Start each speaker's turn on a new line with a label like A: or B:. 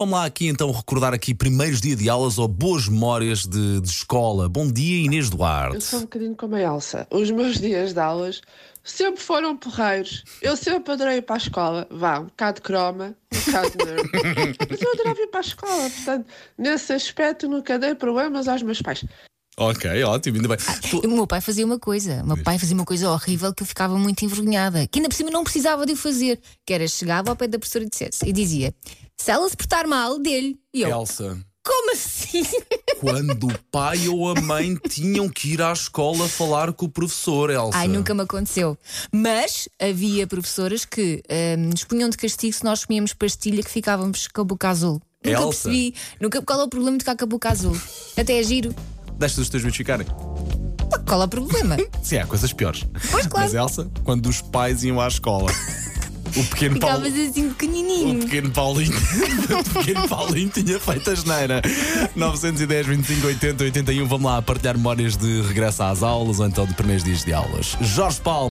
A: Vamos lá aqui então recordar aqui primeiros dia de aulas ou boas memórias de, de escola. Bom dia, Inês Duarte.
B: Eu sou um bocadinho como a Elsa. Os meus dias de aulas sempre foram porreiros. Eu sempre adorei ir para a escola. Vá, um bocado croma, um bocado nerd. Mas eu adorava ir para a escola. Portanto, nesse aspecto nunca dei problemas aos meus pais.
A: Ok, ótimo, ainda bem. Tu-
C: O meu pai fazia uma coisa, o meu pai fazia uma coisa horrível que eu ficava muito envergonhada, que ainda por cima não precisava de o fazer, que era chegava ao pé da professora e, dissesse, e dizia: se ela se portar mal, dele. E eu,
A: Elsa,
C: como assim?
A: quando o pai ou a mãe tinham que ir à escola falar com o professor, Elsa.
C: Ai, nunca me aconteceu. Mas havia professoras que ah, nos punham de castigo se nós comíamos pastilha que ficávamos com a boca azul. Nunca
A: Elsa.
C: percebi, nunca, qual é o problema de ficar com a boca azul? Até é giro.
A: Deixa os teus miúdos ficarem.
C: Qual é o problema?
A: Sim, há coisas piores.
C: Pois
A: Mas
C: claro,
A: Elsa, quando os pais iam à escola, o pequeno Paulo.
C: ficavas assim
A: O
C: pequenininho.
A: pequeno Paulinho, o pequeno Paulinho tinha feito a geneira. 910, 25, um. 80, 81. Vamos lá partilhar memórias de regresso às aulas ou então de primeiros dias de aulas. Jorge Paulo.